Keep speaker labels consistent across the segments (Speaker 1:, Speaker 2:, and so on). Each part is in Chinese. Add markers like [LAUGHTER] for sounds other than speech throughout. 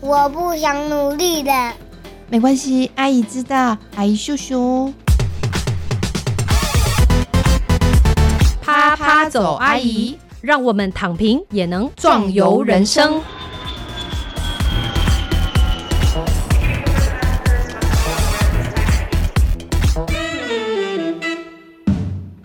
Speaker 1: 我不想努力了。
Speaker 2: 没关系，阿姨知道，阿姨秀哦秀。
Speaker 3: 啪啪走，阿姨，让我们躺平也能壮游人生。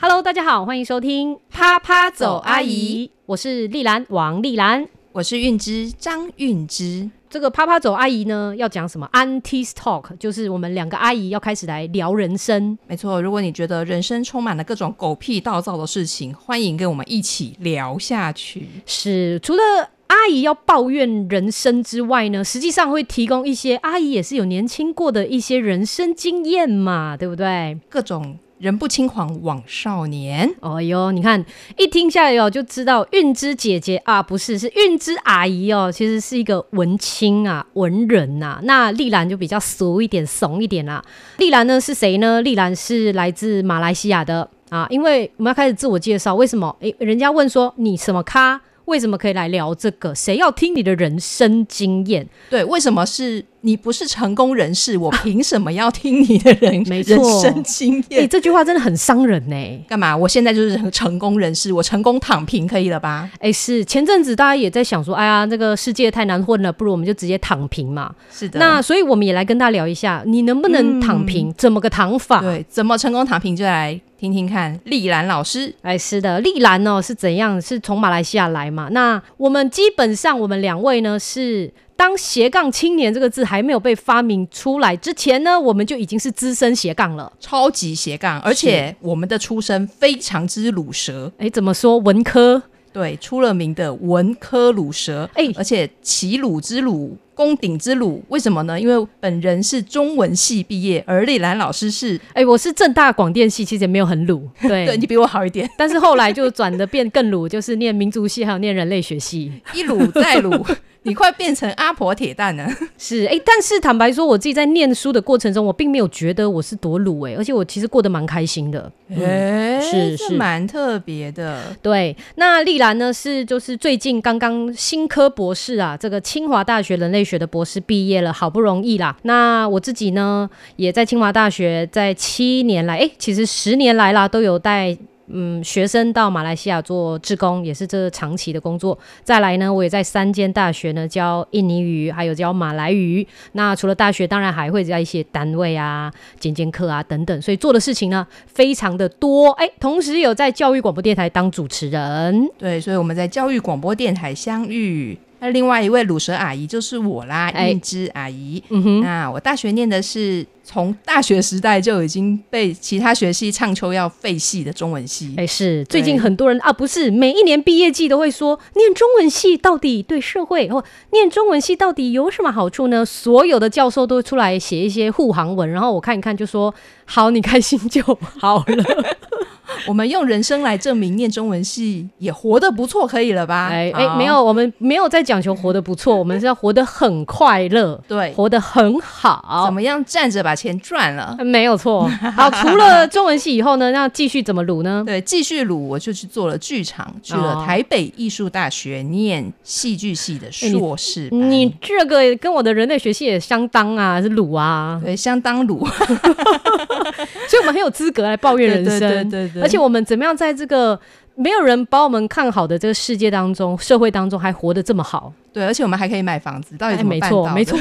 Speaker 3: Hello，大家好，欢迎收听《
Speaker 4: 啪啪
Speaker 3: 走
Speaker 4: 走，
Speaker 3: 阿
Speaker 4: 阿
Speaker 3: 姨
Speaker 4: 姨》，，
Speaker 3: 我是丽兰王丽兰。
Speaker 4: 我是韵之张韵之。
Speaker 3: 这个啪啪走阿姨呢，要讲什么 aunties talk，就是我们两个阿姨要开始来聊人生。
Speaker 4: 没错，如果你觉得人生充满了各种狗屁倒灶的事情，欢迎跟我们一起聊下去。
Speaker 3: 是除了阿姨要抱怨人生之外呢，实际上会提供一些阿姨也是有年轻过的一些人生经验嘛，对不对？
Speaker 4: 各种人不轻狂枉少年，
Speaker 3: 哦哟，你看一听下来哦，就知道韵之姐姐啊，不是是韵之阿姨哦，其实是一个文青啊，文人呐、那丽兰就比较俗一点、怂一点啦、丽兰呢是谁呢？丽兰是来自马来西亚的啊，因为我们要开始自我介绍，为什么？诶，人家问说你什么咖？为什么可以来聊这个？谁要听你的人生经验？
Speaker 4: 对，为什么是你不是成功人士，我凭什么要听你的人
Speaker 3: 没错哎
Speaker 4: 人生经
Speaker 3: 诶，
Speaker 4: 验？
Speaker 3: 这句话真的很伤人呢、
Speaker 4: 干嘛？我现在就是成功人士，我成功躺平可以了吧？
Speaker 3: 诶，是前阵子大家也在想说，哎呀，这个世界太难混了，不如我们就直接躺平嘛。
Speaker 4: 是的，嗯
Speaker 3: 那所以我们也来跟大家聊一下，你能不能躺平？怎么个躺法？
Speaker 4: 对，怎么成功躺平就来听听看丽兰老师。
Speaker 3: 哎，是的，丽兰哦是怎样？是从马来西亚来嘛？那我们基本上我们两位呢是。当斜杠青年这个字还没有被发明出来之前呢，我们就已经是资深斜杠了。
Speaker 4: 超级斜杠，而且我们的出身非常之卤蛇，
Speaker 3: 哎，怎么说文科？
Speaker 4: 对，出了名的文科卤蛇，
Speaker 3: 哎
Speaker 4: 而且齐鲁之鲁，攻顶之鲁，为什么呢？因为本人是中文系毕业，而丽兰老师是，
Speaker 3: 哎，我是正大广电系，其实也没有很鲁，对。
Speaker 4: [LAUGHS] 对你比我好一
Speaker 3: [LAUGHS]
Speaker 4: 点，
Speaker 3: 但是后来就转的变更鲁，就是念民族系，还有念人类学系。
Speaker 4: 一卤再卤， [LAUGHS] 你快变成阿婆铁蛋了。
Speaker 3: [LAUGHS] 是，哎、但是坦白说，我自己在念书的过程中，我并没有觉得我是多鲁哎、而且我其实过得蛮开心的。
Speaker 4: 哎、
Speaker 3: 嗯是
Speaker 4: 这
Speaker 3: 是
Speaker 4: 蛮特别的，
Speaker 3: 对，那丽兰呢是就是最近刚刚新科博士啊，这个清华大学人类学的博士毕业了，好不容易啦。那我自己呢也在清华大学，在七年来，哎，其实十年来啦，都有带。嗯，学生到马来西亚做志工，也是这长期的工作。再来呢，我也在三间大学呢教印尼语，还有教马来语。那除了大学，当然还会在一些单位啊、剪剪课啊等等，所以做的事情呢非常的多。哎，同时有在教育广播电台当主持人，
Speaker 4: 对，所以我们在教育广播电台相遇。那另外一位卤蛇阿姨就是我啦，
Speaker 3: 哎
Speaker 4: 韵之阿姨。
Speaker 3: 嗯哼，
Speaker 4: 那我大学念的是从大学时代就已经被其他学系唱秋要废系的中文系。
Speaker 3: 哎是最近
Speaker 4: 对
Speaker 3: 很多人啊，不是每一年毕业季都会说，念中文系到底对社会或念中文系到底有什么好处呢？所有的教授都出来写一些护航文，然后我看一看就说，好，你开心就好
Speaker 4: [LAUGHS]
Speaker 3: 了。
Speaker 4: 我们用人生来证明念中文系也活得不错，可以了吧？
Speaker 3: 哎
Speaker 4: 啊好
Speaker 3: 哎，没。有，我们没有在讲求活得不错，我们是要活得很快乐，
Speaker 4: 对，
Speaker 3: 活得很
Speaker 4: 怎
Speaker 3: 好。
Speaker 4: 么样站着把钱赚了？
Speaker 3: 没有错。
Speaker 4: [LAUGHS]
Speaker 3: 好，除了中文系以后呢，那继续怎么撸呢？
Speaker 4: 对，继续卤，我就去做了剧场，去了
Speaker 3: 哦
Speaker 4: 台北艺术大学念戏剧系的
Speaker 3: 哎你
Speaker 4: 硕士班。
Speaker 3: 你这个跟我的人类学系也相当啊，是卤啊，
Speaker 4: 对，相当卤，
Speaker 3: [LAUGHS] 所以我们很有资格来抱怨人
Speaker 4: 对对
Speaker 3: 生。
Speaker 4: 对对，
Speaker 3: 而且我们怎么样在这个没有人把我们看好的这个世界当中、社会当中还活得这么好？
Speaker 4: 对，而且我们还可以买房子，到底
Speaker 3: 哎，
Speaker 4: 怎么
Speaker 3: 没
Speaker 4: 办到
Speaker 3: 错，
Speaker 4: 的？
Speaker 3: 没
Speaker 4: [LAUGHS]
Speaker 3: 错，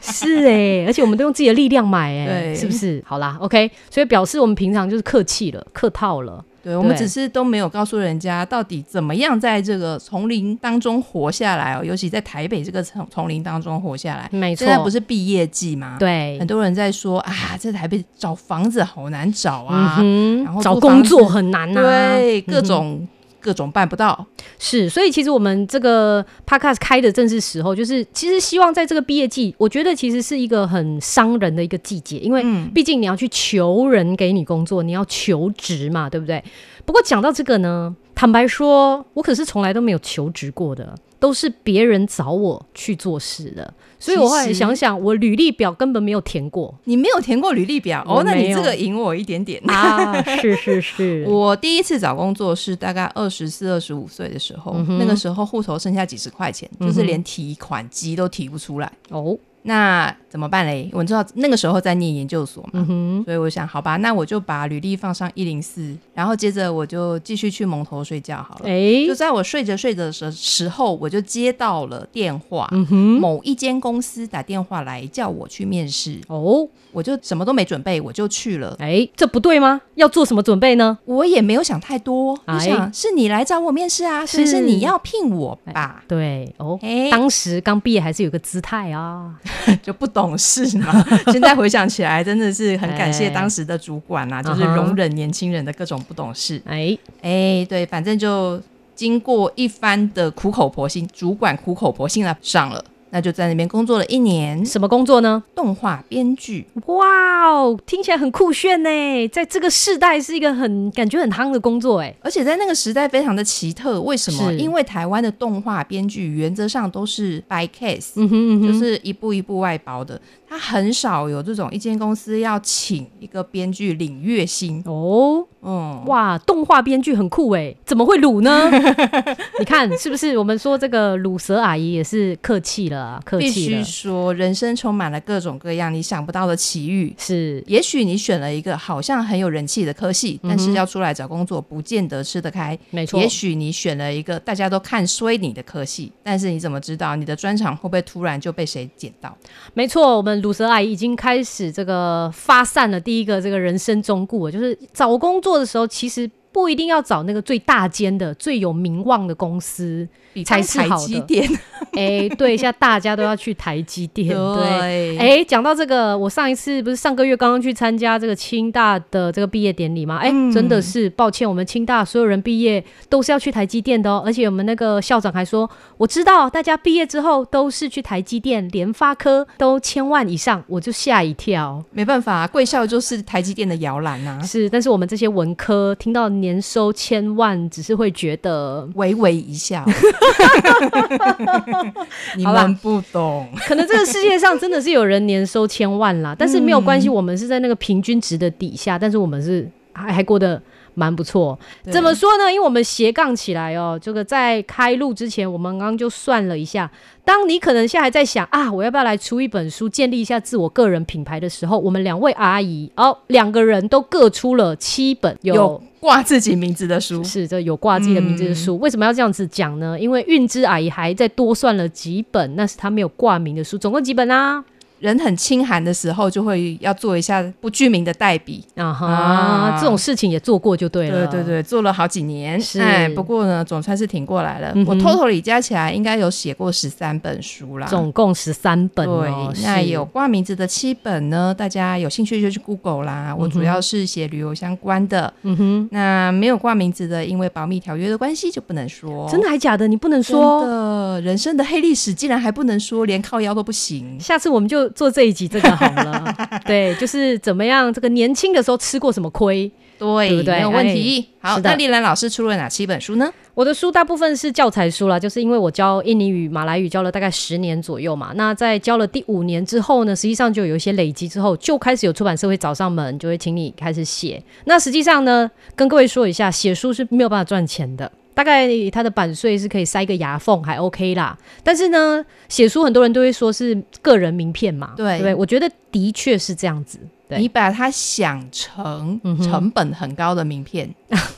Speaker 3: 是哎、而且我们都用自己的力量买哎、
Speaker 4: 对
Speaker 3: 是不是？好啦，OK，所以表示我们平常就是客气了、客套了。
Speaker 4: 对，我们
Speaker 3: 对
Speaker 4: 只是都没有告诉人家到底怎么样在这个丛林当中活下来哦，尤其在台北这个丛丛林当中活下来。
Speaker 3: 没错，
Speaker 4: 现在不是毕业季吗？，
Speaker 3: 对
Speaker 4: 很，多人在说啊，在台北找房子好难找啊，
Speaker 3: 嗯
Speaker 4: 然
Speaker 3: 哼，
Speaker 4: 后
Speaker 3: 找
Speaker 4: 租
Speaker 3: 工
Speaker 4: 房
Speaker 3: 作
Speaker 4: 子
Speaker 3: 很难呐、
Speaker 4: 对，
Speaker 3: 嗯哼
Speaker 4: 各种、各种办不到。
Speaker 3: 是，所以其实我们这个 podcast 开的正是时候，就是其实希望在这个毕业季，我觉得其实是一个很伤人的一个季节，因为
Speaker 4: 嗯，
Speaker 3: 毕竟你要去求人给你工作，你要求职嘛，对不对？不过讲到这个呢，坦白说，我可是从来都没有求职过的，都是别人找我去做事的。所以我后来
Speaker 4: 其实
Speaker 3: 想想，我履历表根本没有填过
Speaker 4: 你没有填过履历表
Speaker 3: 我
Speaker 4: 哦，那
Speaker 3: 没
Speaker 4: 你
Speaker 3: 有
Speaker 4: 这个赢我一点点。
Speaker 3: 啊！ [LAUGHS] 是是是，
Speaker 4: [LAUGHS] 我第一次找工作是大概二十四、二十五岁的时候，
Speaker 3: 嗯哼嗯
Speaker 4: 那个时候户头剩下几十块钱，就是连提款机都提不出来。
Speaker 3: 哦，
Speaker 4: 那怎么办嘞？我知道那个时候在念研究所嘛，
Speaker 3: 嗯哼，
Speaker 4: 所以我想，好吧，那我就把履历放上一零四，然后接着我就继续去蒙头睡觉好了。
Speaker 3: 哎
Speaker 4: 就，在我睡着睡着的时时候，我就接到了电话，
Speaker 3: 嗯哼，
Speaker 4: 某一间公司打电话来叫我去面试，
Speaker 3: 哦，
Speaker 4: 我就什么都没准备，我就去了。
Speaker 3: 哎，这不对吗？要做什么准备呢？
Speaker 4: 我也没有想太多，
Speaker 3: 哎
Speaker 4: 我想是你来找我面试啊，所以
Speaker 3: 是
Speaker 4: 是你要聘我吧？
Speaker 3: 对，哦，
Speaker 4: 哎、
Speaker 3: 当时刚毕业还是有个姿态啊，
Speaker 4: 就不懂事嘛。 [LAUGHS] 现在回想起来，真的是很感谢当时的主管啊，就是
Speaker 3: 嗯哼
Speaker 4: 容忍年轻人的各种不懂事。
Speaker 3: 哎，
Speaker 4: 哎，对，反正就经过一番的苦口婆心，主管苦口婆心啊上了，那就在那边工作了一年，
Speaker 3: 什么工作呢？
Speaker 4: 动画编剧。
Speaker 3: 哇哦，听起来很酷炫呢，在这个世代是一个很感觉很夯的工作哎，
Speaker 4: 而且在那个时代非常的奇特，为什么？
Speaker 3: 是
Speaker 4: 因为台湾的动画编剧原则上都是 by case，、
Speaker 3: 嗯哼嗯哼，
Speaker 4: 就是一步一步外包的，它很少有这种一间公司要请一个编剧领月薪。
Speaker 3: 哦，
Speaker 4: 嗯，
Speaker 3: 哇，动画编剧很酷哎，怎么会卤 [LAUGHS] 呢？你看是不是？我们说这个卤蛇阿姨也是客气了啊，客
Speaker 4: 必
Speaker 3: 气
Speaker 4: 须
Speaker 3: 了，
Speaker 4: 说，人生充满了各种各样你想不到的奇遇。
Speaker 3: 是
Speaker 4: 也许你选了一个好像很有人气的科系，
Speaker 3: 嗯
Speaker 4: 但是要出来找工作不见得吃得开。
Speaker 3: 没错
Speaker 4: 也，许你选了一个大家都看衰你的科系，但是你怎么知道你的专长会不会突然就被谁捡到？
Speaker 3: 没错，我们卤蛇阿姨已经开始这个发散了第一个这个人生忠告，就是找工作的时候其实。不一定要找那个最大间的、最有名望的公司，
Speaker 4: 比
Speaker 3: 才
Speaker 4: 方
Speaker 3: 是
Speaker 4: 台
Speaker 3: 好的
Speaker 4: 积电，
Speaker 3: 哎、对，现在大家都要去台积
Speaker 4: [LAUGHS]
Speaker 3: 电，对，
Speaker 4: 对，
Speaker 3: 哎，讲到这个，我上一次不是上个月刚刚去参加这个清大的这个毕业典礼吗？哎，
Speaker 4: 嗯
Speaker 3: 真的是抱歉，我们清大所有人毕业都是要去台积电的哦。而且我们那个校长还说，我知道大家毕业之后都是去台积电、联发科，都千万以上，我就吓一跳。
Speaker 4: [LAUGHS] 没办法，贵校就是台积电的摇篮啊，
Speaker 3: 是，但是我们这些文科听到年收千万，只是会觉得
Speaker 4: 微微
Speaker 3: [LAUGHS]
Speaker 4: 一笑，你
Speaker 3: 好啦
Speaker 4: 们不懂。
Speaker 3: 可能这个世界上真的是有人年收千万啦，但是没有关系，我们是在那个平均值的底下，但是我们是还还过得蛮不错。
Speaker 4: 对
Speaker 3: 怎么说呢？因为我们斜杠起来哦，这个在开录之前，我们刚刚就算了一下，当你可能现在还在想啊，我要不要来出一本书，建立一下自我个人品牌的时候，我们两位阿姨哦，两个人都各出了七本有。
Speaker 4: 有挂自己名字的书？
Speaker 3: 是这有挂自己的名字的书，为什么要这样子讲呢？因为韵之阿姨还再多算了几本，那是她没有挂名的书，总共几本啊？
Speaker 4: 人很清寒的时候，就会要做一下不具名的代笔。
Speaker 3: 啊哈，
Speaker 4: 啊
Speaker 3: 这种事情也做过就对
Speaker 4: 对
Speaker 3: 了。
Speaker 4: 对对，做了好几年，
Speaker 3: 是
Speaker 4: 哎，不过呢，总算是挺过来了。
Speaker 3: 嗯
Speaker 4: 我
Speaker 3: 哼
Speaker 4: total 里加起来，应该有写过十三本书啦。
Speaker 3: 总共十三本哦，
Speaker 4: 对，那
Speaker 3: 是
Speaker 4: 有挂名字的七本呢，大家有兴趣就去 Google 啦。我主要是写旅游相关的，
Speaker 3: 嗯哼，
Speaker 4: 那没有挂名字的，因为保密条约的关系就不能说。
Speaker 3: 真的还假的？你不能
Speaker 4: 真
Speaker 3: 说。
Speaker 4: 的，人生的黑历史竟然还不能说，连靠腰都不行。
Speaker 3: 下次我们就做这一集这个好
Speaker 4: [LAUGHS]
Speaker 3: 了，对，就是怎么样，这个年轻的时候吃过什么亏？
Speaker 4: 对
Speaker 3: 对不对
Speaker 4: 没有问题。
Speaker 3: 哎
Speaker 4: 好，
Speaker 3: 是的
Speaker 4: 那丽兰老师出了哪七本书呢？
Speaker 3: 我的书大部分是教材书啦，就是因为我教印尼语、马来语教了大概十年左右嘛。那在教了第五年之后呢，实际上就有一些累积之后，就开始有出版社会找上门，就会请你开始写。那实际上呢，跟各位说一下，写书是没有办法赚钱的。大概它的版税是可以塞个牙缝，还 OK 啦。但是呢，写书很多人都会说是个人名片嘛，
Speaker 4: 对
Speaker 3: 对不对，我觉得的确是这样子，对
Speaker 4: 你把它想成
Speaker 3: 嗯哼
Speaker 4: 成本很高的名片，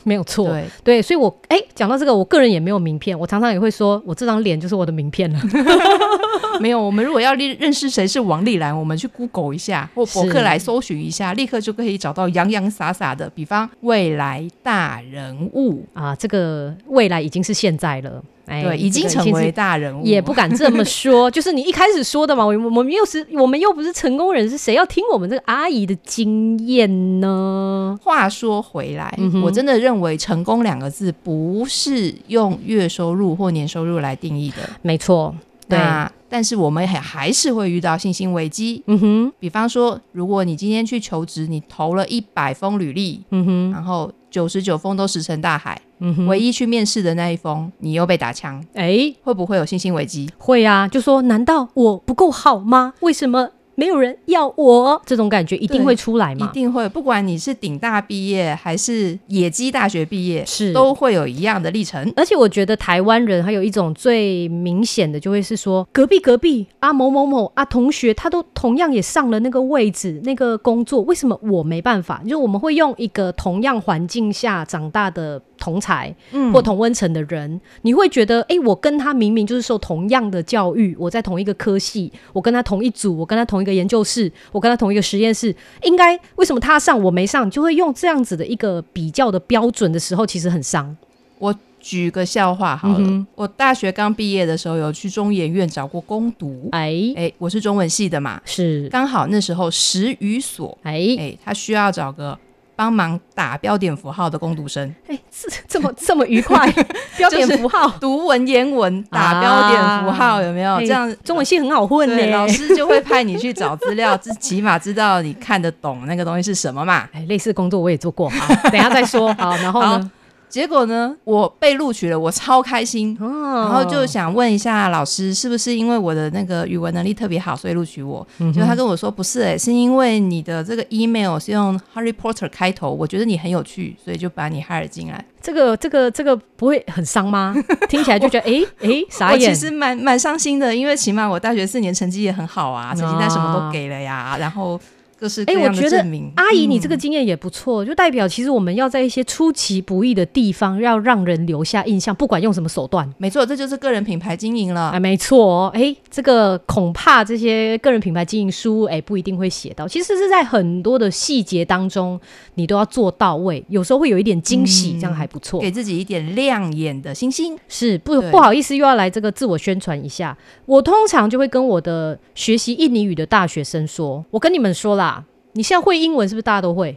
Speaker 3: 没有错。
Speaker 4: 对，
Speaker 3: 对，所以我哎，讲到这个，我个人也没有名片，我常常也会说，我这张脸就是我的名片了。
Speaker 4: [LAUGHS] 没有。我们如果要认认识谁是王丽兰，我们去 Google 一下或博客
Speaker 3: 是
Speaker 4: 来搜寻一下，立刻就可以找到洋洋洒洒的，比方未来大人物，
Speaker 3: 啊，这个未来已经是现在了，哎，
Speaker 4: 对，已经
Speaker 3: 这个
Speaker 4: 成为
Speaker 3: 是。
Speaker 4: 大人物，
Speaker 3: [LAUGHS] 也不敢这么
Speaker 4: [LAUGHS]
Speaker 3: 说，就是你一开始说的嘛，我我我们又是我们又不是成功人士，谁要听我们这个阿姨的经验呢？
Speaker 4: 话说回来，
Speaker 3: 嗯哼
Speaker 4: 我真的认为“成功”两个字不是用月收入或年收入来定义的。
Speaker 3: 没错，对，
Speaker 4: 那但是我们还还是会遇到信心危机。
Speaker 3: 嗯哼，
Speaker 4: 比方说，如果你今天去求职，你投了一百封履历，
Speaker 3: 嗯哼，
Speaker 4: 然后九十九封都石沉大海，
Speaker 3: 嗯哼，
Speaker 4: 唯一去面试的那一封，你又被打枪，
Speaker 3: 哎，
Speaker 4: 会不会有信心危机？
Speaker 3: 会啊，就说难道我不够好吗？为什么没有人要我？这种感觉一定会出来
Speaker 4: 一
Speaker 3: 嘛。
Speaker 4: 定会，不管你是顶大毕业还是野鸡大学毕业，
Speaker 3: 是
Speaker 4: 都会有一样的历程。
Speaker 3: 而且我觉得台湾人还有一种最明显的，就会是说隔壁隔壁啊某某某啊同学，他都同样也上了那个位置、那个工作，为什么我没办法？就是我们会用一个同样环境下长大的同才
Speaker 4: 嗯
Speaker 3: 或同温层的人，你会觉得，哎、我跟他明明就是受同样的教育，我在同一个科系，我跟他同一组，我跟他同一个研究室，我跟他同一个实验室，应该为什么他上我没上？就会用这样子的一个比较的标准的时候，其实很伤。
Speaker 4: 我举个笑话好了，
Speaker 3: 嗯
Speaker 4: 我大学刚毕业的时候有去中研院找过攻读，
Speaker 3: 哎、
Speaker 4: 哎，我是中文系的嘛，
Speaker 3: 是，
Speaker 4: 刚好那时候时语所，
Speaker 3: 哎、
Speaker 4: 哎，他需要找个帮忙打标点符号的攻读生，
Speaker 3: 哎、这这么这么愉快，标点符号，
Speaker 4: 读文言文打标点符号、
Speaker 3: 啊
Speaker 4: 有没有？
Speaker 3: 哎
Speaker 4: 哦这样
Speaker 3: 中文系很好混
Speaker 4: 对，老
Speaker 3: 呢。
Speaker 4: 师就会派你去找资料，至起码知 [LAUGHS] 道你看得懂那个东西是什么嘛。
Speaker 3: 哎，类似工作我也做过，好，等一下再
Speaker 4: [LAUGHS]
Speaker 3: 说。好，然后呢？
Speaker 4: 结果呢，我被录取了，我超开心。
Speaker 3: 哦
Speaker 4: 然后就想问一下老师，是不是因为我的那个语文能力特别好，所以录取我？
Speaker 3: 嗯哼
Speaker 4: 结果他跟我说不是、欸，是因为你的这个 email 是用 Harry Potter 开头，我觉得你很有趣，所以就把你 hire 进来。
Speaker 3: 这个这个这个不会很伤吗？听起来就觉得哎哎、傻
Speaker 4: 我
Speaker 3: 眼。
Speaker 4: 其实蛮蛮伤心的，因为起码我大学四年成绩也很好啊，成绩单什么都给了呀，然后各式各
Speaker 3: 哦哎我
Speaker 4: 样的
Speaker 3: 觉得
Speaker 4: 证明。嗯
Speaker 3: 阿姨，你这个经验也不错，就代表其实我们要在一些出其不意的地方，要让人留下印象，不管用什么手段。
Speaker 4: 没错，这就是个人品牌经营了。
Speaker 3: 啊，没错哦，哎，这个恐怕这些个人品牌经营书，哎，不一定会写到。其实是在很多的细节当中，你都要做到位，有时候会有一点惊喜，这样还不错。
Speaker 4: 嗯给自己一点亮眼的星星。
Speaker 3: 是不
Speaker 4: 对
Speaker 3: 不好意思，又要来这个自我宣传一下。我通常就会跟我的学习印尼语的大学生说，我跟你们说啦。你现在会英文是不是大家都
Speaker 4: [LAUGHS]
Speaker 3: 会？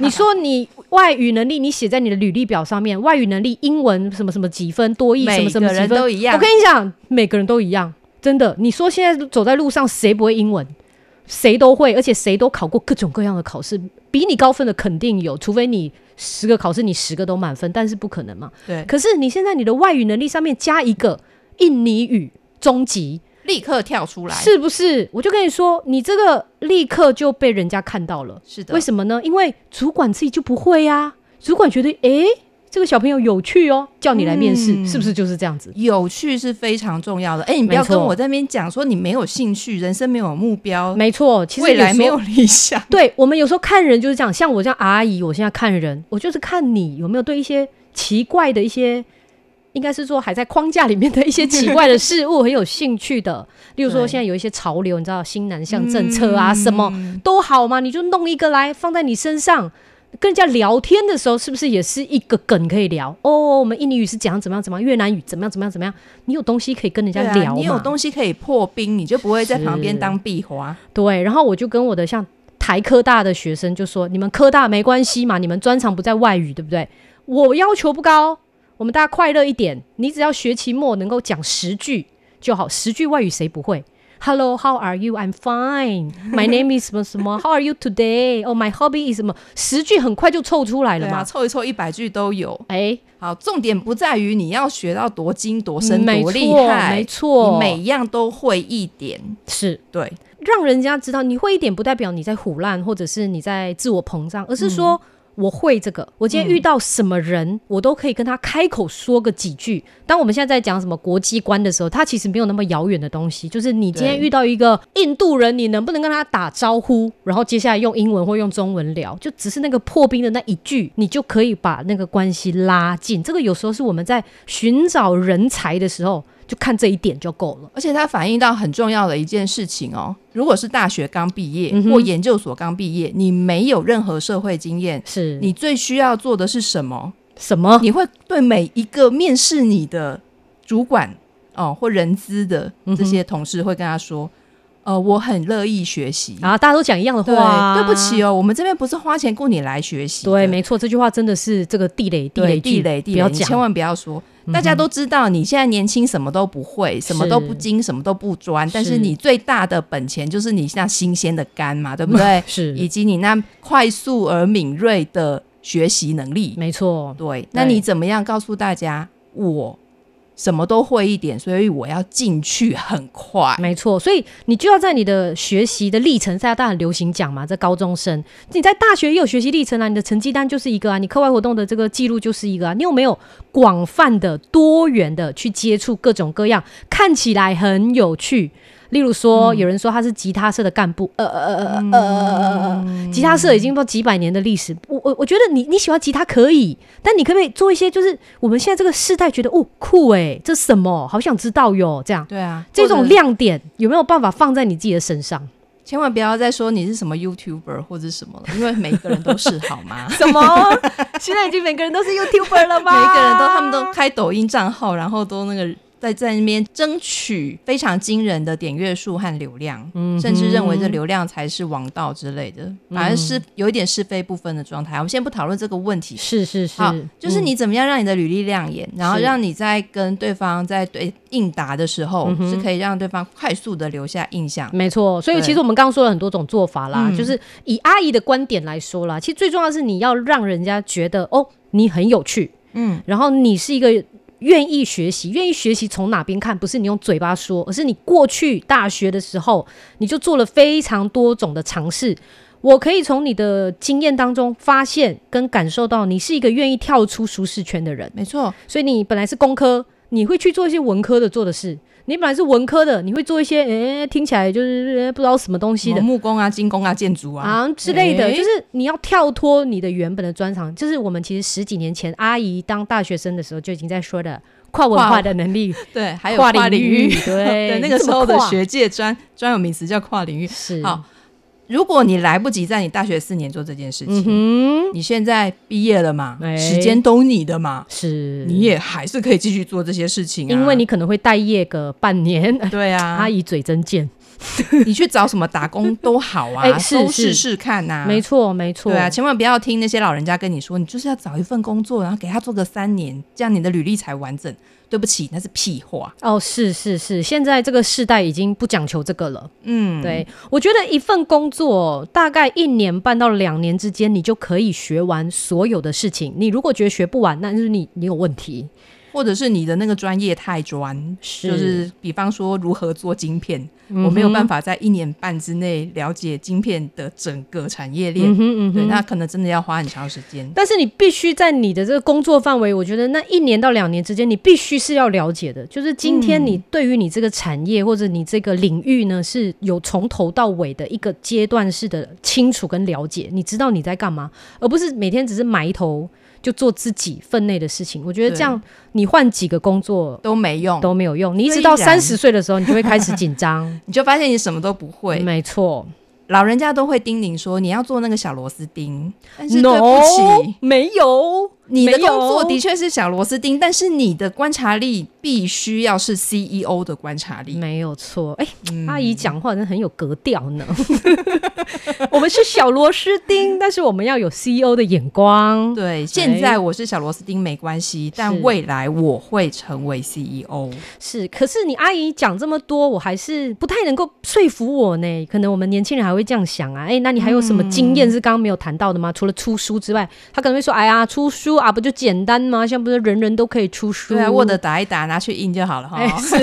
Speaker 3: 你说你外语能力，你写在你的履历表上面，外语能力英文什么什么几分，多译什
Speaker 4: 每
Speaker 3: 么什么
Speaker 4: 个
Speaker 3: 几
Speaker 4: 人
Speaker 3: 分。
Speaker 4: 都一样。
Speaker 3: 我跟你讲，每个人都一样，真的。你说现在走在路上，谁不会英文？谁都会，而且谁都考过各种各样的考试，比你高分的肯定有，除非你十个考试你十个都满分，但是不可能嘛。
Speaker 4: 对，
Speaker 3: 可是你现在你的外语能力上面加一个印尼语中级，
Speaker 4: 立刻跳出来。
Speaker 3: 是不是？我就跟你说，你这个立刻就被人家看到了。
Speaker 4: 是的，
Speaker 3: 为什么呢？因为主管自己就不会呀、主管觉得诶，这个小朋友有趣哦，叫你来面试，
Speaker 4: 嗯
Speaker 3: 是不是就是这样子？
Speaker 4: 有趣是非常重要的。哎，你不
Speaker 3: 没
Speaker 4: 要跟
Speaker 3: 错
Speaker 4: 我在那边讲说你没有兴趣，人生没有目标，
Speaker 3: 没错，其实
Speaker 4: 未
Speaker 3: 时
Speaker 4: 来
Speaker 3: 候
Speaker 4: 没有理想。
Speaker 3: 对我们有时候看人就是这样，像我这样阿姨，我现在看人，我就是看你有没有对一些奇怪的一些，应该是说还在框架里面的一些奇怪的事物很有兴趣
Speaker 4: [LAUGHS]
Speaker 3: 的。例如说，
Speaker 4: 对
Speaker 3: 现在有一些潮流，你知道新南向政策啊，什么
Speaker 4: 嗯
Speaker 3: 都好嘛，你就弄一个来放在你身上。跟人家聊天的时候，是不是也是一个梗可以聊？哦，我们印尼语是怎样怎么样怎么样，越南语怎么样怎么样怎么样，你有东西可以跟人家
Speaker 4: 对啊
Speaker 3: 聊嘛？
Speaker 4: 你有东西可以破冰，你就不会在旁边
Speaker 3: 是
Speaker 4: 当壁花。
Speaker 3: 对，然后我就跟我的像台科大的学生就说：“你们科大没关系嘛，你们专长不在外语，对不对？我要求不高，我们大家快乐一点。你只要学期末能够讲十句就好，十句外语谁不会？Hello, how are you? I'm fine.
Speaker 4: [LAUGHS]
Speaker 3: My name is 什么什么？How are you today? Oh, my hobby is 什么？十句很快就凑出来
Speaker 4: 对
Speaker 3: 了
Speaker 4: 啊，
Speaker 3: 嘛。
Speaker 4: 凑一凑一百句都有。
Speaker 3: 哎、
Speaker 4: 好，重点不在于你要学到多精多深
Speaker 3: 没
Speaker 4: 多
Speaker 3: 错，
Speaker 4: 厉害，
Speaker 3: 没错，
Speaker 4: 你每一样都会一点。
Speaker 3: 是
Speaker 4: 对，
Speaker 3: 让人家知道你会一点，不代表你在胡乱，或者是你在自我膨胀，而是说。我会这个，我今天遇到什么人，我都可以跟他开口说个几句。当我们现在在讲什么国际观的时候，它其实没有那么遥远的东西，就是你今天
Speaker 4: 对
Speaker 3: 遇到一个印度人，你能不能跟他打招呼，然后接下来用英文或用中文聊，就只是那个破冰的那一句，你就可以把那个关系拉近。这个有时候是我们在寻找人才的时候，就看这一点就够了。
Speaker 4: 而且它反映到很重要的一件事情哦。如果是大学刚毕业、
Speaker 3: 嗯哼
Speaker 4: 或研究所刚毕业，你没有任何社会经验，
Speaker 3: 是
Speaker 4: 你最需要做的是什么？
Speaker 3: 什么？
Speaker 4: 你会对每一个面试你的主管哦或人资的
Speaker 3: 嗯
Speaker 4: 这些同事会跟他说：“呃，我很乐意学习。
Speaker 3: 啊，大家都讲一样的
Speaker 4: 嗯对
Speaker 3: 话、，啊，
Speaker 4: 对不起哦，我们这边不是花钱雇你来学习的，
Speaker 3: 对，没错，这句话真的是这个地雷，地
Speaker 4: 对
Speaker 3: 雷
Speaker 4: 地
Speaker 3: 剧，
Speaker 4: 雷地
Speaker 3: 不
Speaker 4: 雷，
Speaker 3: 要
Speaker 4: 你千
Speaker 3: 讲。嗯
Speaker 4: 万不要说。大家都知道，你现在年轻，什么都不会，什么都不精，什么都不专，但是
Speaker 3: 是
Speaker 4: 你最大的本钱就是 [LAUGHS]
Speaker 3: 嗯？
Speaker 4: 你那新鲜的肝嘛，对不对
Speaker 3: 是
Speaker 4: 以及你那快速而敏锐的学习能力。
Speaker 3: 没错，
Speaker 4: 对，那你怎么样告诉大家我什么都会一点，所以我要进去很快？
Speaker 3: 没错，所以你就要在你的学习的历程，现在大家很流行讲嘛，这高中生，你在大学也有学习历程啊，你的成绩单就是一个啊，你课外活动的这个记录就是一个啊，你有没有广泛的、多元的去接触各种各样看起来很有趣？例如说，有人说他是吉他社的干部，呃呃呃呃呃呃呃呃呃，吉他社已经不知道几百年的历史。我我我觉得你你喜欢吉他可以，但你可不可以做一些就是我们现在这个世代觉得哦酷诶，这什么好想知道哟这样。
Speaker 4: 对啊，
Speaker 3: 这
Speaker 4: 或
Speaker 3: 种
Speaker 4: 者
Speaker 3: 亮点有没有办法放在你自己的身上？
Speaker 4: 千万不要再说你是什么 YouTuber 或者什么了，因为每一个人都是
Speaker 3: [LAUGHS]
Speaker 4: 好吗？
Speaker 3: [LAUGHS] 什么？现在已经每个人都是 YouTuber 了吗
Speaker 4: 每一个人都他们都开抖音账号，然后都那个在在那边争取非常惊人的点阅数和流量，
Speaker 3: 嗯哼嗯
Speaker 4: 甚至认为这流量才是王道之类的，反而是有一点是非不分的状态。我们先不讨论这个问题，
Speaker 3: 是是是嗯
Speaker 4: 好，，就是你怎么样让你的履历亮眼，然后
Speaker 3: 是
Speaker 4: 让你在跟对方在对应答的时候、
Speaker 3: 嗯哼
Speaker 4: 是可以让对方快速的留下印象
Speaker 3: 嗯。没错。所以
Speaker 4: 对
Speaker 3: 其实我们刚刚说了很多种做法啦，
Speaker 4: 嗯
Speaker 3: 就是以阿姨的观点来说啦，其实最重要的是你要让人家觉得哦，你很有趣，
Speaker 4: 嗯，
Speaker 3: 然后你是一个愿意学习，愿意学习从哪边看，不是你用嘴巴说，而是你过去大学的时候，你就做了非常多种的尝试。我可以从你的经验当中发现跟感受到，你是一个愿意跳出舒适圈的人。
Speaker 4: 没错，
Speaker 3: 所以你本来是工科，你会去做一些文科的做的事；你本来是文科的，你会做一些诶、听起来就是、呃不知道什么东西
Speaker 4: 什么
Speaker 3: 的
Speaker 4: 木工啊、金工啊、建筑啊，
Speaker 3: 啊之类的，
Speaker 4: 诶
Speaker 3: 就是你要跳脱你的原本的专长。就是我们其实十几年前阿姨当大学生的时候就已经在说的跨文化的能力，
Speaker 4: 对， [LAUGHS] 还有
Speaker 3: 跨
Speaker 4: 领
Speaker 3: 领域， [LAUGHS] 对
Speaker 4: [LAUGHS] 对，那个
Speaker 3: 这
Speaker 4: 时
Speaker 3: 么
Speaker 4: 候的
Speaker 3: 跨
Speaker 4: 学界专专有名词叫跨领域。
Speaker 3: 是
Speaker 4: 好，如果你来不及在你大学四年做这件事
Speaker 3: 嗯
Speaker 4: 情，
Speaker 3: 哼，
Speaker 4: 你现在毕业了嘛，
Speaker 3: 哎
Speaker 4: 时间都你的嘛，
Speaker 3: 是
Speaker 4: 你也还是可以继续做这些事情、啊，
Speaker 3: 因为你可能会待业个半年。
Speaker 4: 对 [LAUGHS] 啊，
Speaker 3: 阿姨嘴真贱，
Speaker 4: 你去找什么打工都好
Speaker 3: [LAUGHS]
Speaker 4: 啊，
Speaker 3: 哎是
Speaker 4: 都
Speaker 3: 是
Speaker 4: 试试看呐、
Speaker 3: 没。错没错，
Speaker 4: 对啊，千万不要听那些老人家跟你说，你就是要找一份工作，然后给他做个三年，这样你的履历才完整。对不起，那是屁话。
Speaker 3: 哦是是是，现在这个世代已经不讲求这个了。
Speaker 4: 嗯，，
Speaker 3: 对，我觉得一份工作大概一年半到两年之间，你就可以学完所有的事情。你如果觉得学不完，那就是你你有问题。
Speaker 4: 或者是你的那个专业太专，
Speaker 3: 是
Speaker 4: 就是比方说如何做晶片，我没有办
Speaker 3: 法。
Speaker 4: 法在一年半之内了解晶片的整个产业链。
Speaker 3: 嗯哼嗯
Speaker 4: 对，
Speaker 3: 哼。
Speaker 4: 那可能真的要花很长时间。
Speaker 3: 但是你必须在你的这个工作范围，我觉得那一年到两年之间，你必须是要了解的。就是今天你对于你这个产业或者你这个领域呢，是有从头到尾的一个阶段式的清楚跟了解，你知道你在干嘛，而不是每天只是埋头就做自己分内的事情。我觉得
Speaker 4: 对
Speaker 3: 这样你换几个工作
Speaker 4: 都没用，
Speaker 3: 都没有用，你一直
Speaker 4: 虽
Speaker 3: 到
Speaker 4: 然。
Speaker 3: 三十岁的时候，你就会开始紧张
Speaker 4: 你就发现你什么都不会。
Speaker 3: 没错
Speaker 4: 老人家都会叮咛说，你要做那个小螺丝钉，但是对不
Speaker 3: ，no，
Speaker 4: 起，
Speaker 3: 没有，
Speaker 4: 你的
Speaker 3: 没有
Speaker 4: 工作的确是小螺丝钉，但是你的观察力必须要是 CEO 的观察力。
Speaker 3: 没有错。哎、
Speaker 4: 嗯
Speaker 3: 阿姨讲话真的很有格调呢。 [LAUGHS] 我们是小螺丝钉，但是我们要有 CEO 的眼光。
Speaker 4: 对，
Speaker 3: 哎
Speaker 4: 现在我是小螺丝钉没关系，但未来我会成为 E CEO。
Speaker 3: 是，可是你阿姨讲这么多，我还是不太能够说服我呢。可能我们年轻人还会这样想啊，哎、那你还有什么经验是刚刚没有谈到
Speaker 4: 嗯
Speaker 3: 的吗？除了出书之外，他可能会说，哎呀，出书啊，不就简单吗？像不是人人都可以出书？
Speaker 4: 对啊，我的哦打一打，拿去印就好了哈。
Speaker 3: 哎、是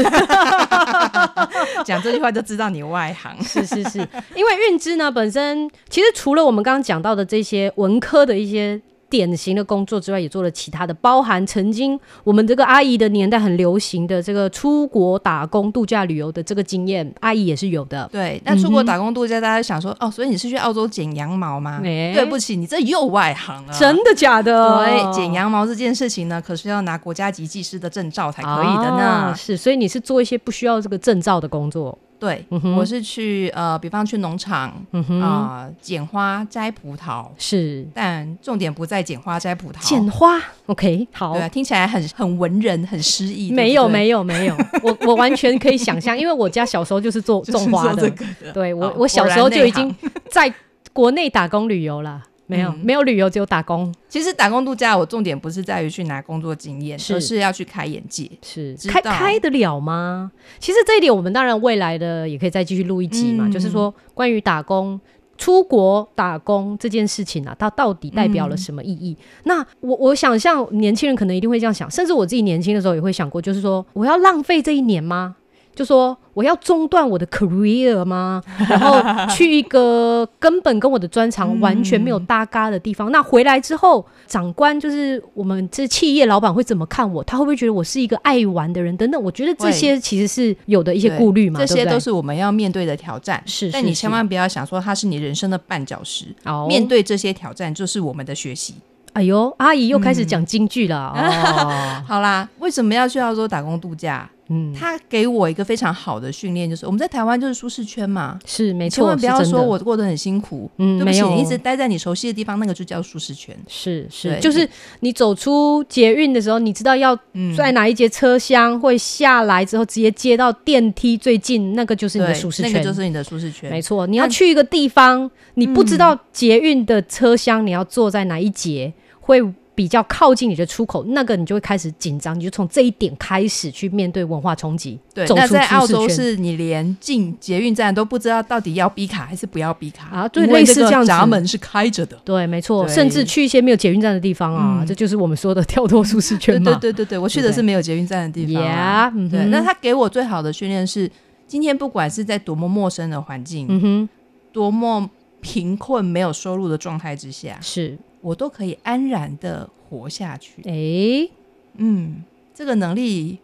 Speaker 4: 讲这句话就知道你外行。
Speaker 3: 是是是，因为运之呢本身其实除了我们刚刚讲到的这些文科的一些典型的工作之外，也做了其他的，包含曾经我们这个阿姨的年代很流行的这个出国打工、度假旅游的这个经验，阿姨也是有的。
Speaker 4: 对，那出国
Speaker 3: 嗯
Speaker 4: 打工度假，大家想说哦，所以你是去澳洲剪羊毛吗？
Speaker 3: 哎
Speaker 4: 啊对不起，你这又外行了。
Speaker 3: 真的假的？
Speaker 4: 对，剪羊毛这件事情呢，可是要拿国家级技师的证照才可以的呢。
Speaker 3: 啊是，所以你是做一些不需要这个证照的工作。
Speaker 4: 对，
Speaker 3: 嗯哼
Speaker 4: 我是去呃，比方去农场啊、
Speaker 3: 嗯哼，
Speaker 4: 剪花、摘葡萄，
Speaker 3: 是
Speaker 4: 但重点不在剪花、摘葡萄。
Speaker 3: 剪花。OK，好
Speaker 4: 对、。啊，听起来很很文人，很诗意。
Speaker 3: 没有
Speaker 4: 有，
Speaker 3: 没有
Speaker 4: [LAUGHS]
Speaker 3: 没有，我我完全可以想象，因为我家小时候就是做种花的，对我
Speaker 4: 好，
Speaker 3: 我小
Speaker 4: 果
Speaker 3: 时
Speaker 4: 然
Speaker 3: 候就
Speaker 4: 内
Speaker 3: 已经
Speaker 4: 行
Speaker 3: 在国内打工旅游了，没有、
Speaker 4: 嗯
Speaker 3: 没有旅游，只有打工。
Speaker 4: 其实打工度假，我重点不是在于去拿工作经验，
Speaker 3: 是
Speaker 4: 而是要去开眼界。
Speaker 3: 是
Speaker 4: 知
Speaker 3: 开
Speaker 4: 道
Speaker 3: 开得了吗？其实这一点，我们当然未来的也可以再继续录一集嘛，
Speaker 4: 嗯
Speaker 3: 就是说关于打工出国打工这件事情啊，它到底代表了什么意义？那我我想象年轻人可能一定会这样想，甚至我自己年轻的时候也会想过，就是说我要浪费这一年吗？就说我要中断我的 career 吗？然后去一个根本跟我的专长完全没
Speaker 4: [LAUGHS] 嗯
Speaker 3: 有搭嘎的地方，那回来之后，长官就是我们这企业老板会怎么看我？他会不会觉得我是一个爱玩的人？等等，我觉得这些其实是有的一些
Speaker 4: 对
Speaker 3: 顾虑嘛，
Speaker 4: 这些
Speaker 3: 对不对
Speaker 4: 都是我们要面对的挑战。
Speaker 3: 是
Speaker 4: 但
Speaker 3: 是
Speaker 4: 你
Speaker 3: 是
Speaker 4: 千万不要想说它是你人生的绊脚石。
Speaker 3: 哦
Speaker 4: 面对这些挑战，就是我们的学习。
Speaker 3: 哎呦，阿姨又开始讲京剧了、
Speaker 4: 嗯
Speaker 3: 哦。
Speaker 4: 好啦，为什么要去澳洲打工度假？ [LAUGHS]
Speaker 3: 嗯，
Speaker 4: 它给我一个非常好的训练，就是我们在台湾就是舒适圈嘛，
Speaker 3: 是没错，
Speaker 4: 千万不要
Speaker 3: 是真的
Speaker 4: 说我过得很辛苦。
Speaker 3: 嗯
Speaker 4: 对不
Speaker 3: 没
Speaker 4: 起，
Speaker 3: 有
Speaker 4: 你一直待在你熟悉的地方，那个就叫舒适圈。
Speaker 3: 是是，
Speaker 4: 对
Speaker 3: 就是你走出捷运的时候，你知道要
Speaker 4: 嗯
Speaker 3: 在哪一节车厢会下来之后，直接接到电梯最近，那个就是你的
Speaker 4: 对，
Speaker 3: 舒适
Speaker 4: 那
Speaker 3: 圈。
Speaker 4: 个就是你的舒适圈。
Speaker 3: 没错，你要去一个地方，你不知
Speaker 4: 嗯
Speaker 3: 道捷运的车厢你要坐在哪一节会比较靠近你的出口，那个你就会开始紧张，你就从这一点开始去面对文化冲击，
Speaker 4: 对，
Speaker 3: 走
Speaker 4: 那
Speaker 3: 出
Speaker 4: 在澳
Speaker 3: 舒适
Speaker 4: 洲
Speaker 3: 圈。
Speaker 4: 是你连进捷运站都不知道到底要逼卡还是不要逼卡
Speaker 3: 啊对
Speaker 4: 因为
Speaker 3: 类似
Speaker 4: 个
Speaker 3: 这样子
Speaker 4: 闸门是开着的。
Speaker 3: 对，没错，
Speaker 4: 对
Speaker 3: 甚至去一些没有捷运站的地方啊，
Speaker 4: 嗯
Speaker 3: 这就是我们说的跳脱舒适圈
Speaker 4: 对
Speaker 3: 嘛。
Speaker 4: 对对对对，我去的
Speaker 3: 对不
Speaker 4: 是没有捷运站的地方啊、
Speaker 3: Yeah，嗯
Speaker 4: 对，
Speaker 3: 哼
Speaker 4: 那他给我最好的训练是，今天不管是在多么陌生的环境，
Speaker 3: 嗯哼，
Speaker 4: 多么贫困没有收入的状态之下，
Speaker 3: 是，
Speaker 4: 我都可以安然的活下去。
Speaker 3: 诶。
Speaker 4: 嗯，这个能力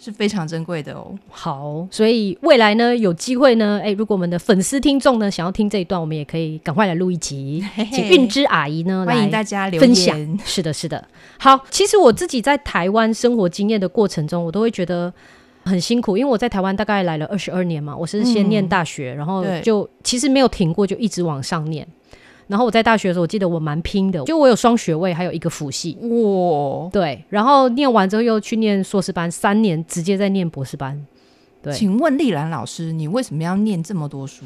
Speaker 4: 是非常珍贵的哦。
Speaker 3: 好，所以未来呢，有机会呢，诶，如果我们的粉丝听众呢想要听这一段，我们也可以赶快来录一集，
Speaker 4: 嘿嘿
Speaker 3: 请运之阿姨呢
Speaker 4: [LAUGHS] 欢迎
Speaker 3: 来
Speaker 4: 大家留
Speaker 3: 分享
Speaker 4: 言。
Speaker 3: 是的，是的。好，其实我自己在台湾生活经验的过程中，我都会觉得很辛苦，因为我在台湾大概来了二十二年嘛，我是先念大学，然后
Speaker 4: 嗯对
Speaker 3: 就其实没有停过，就一直往上念。然后我在大学的时候，我记得我蛮拼的，就我有双学位，还有一个辅系。
Speaker 4: 哇，
Speaker 3: 对，然后念完之后又去念硕士班，三年直接在念博士班。对，
Speaker 4: 请问丽兰老师，你为什么要念这么多书？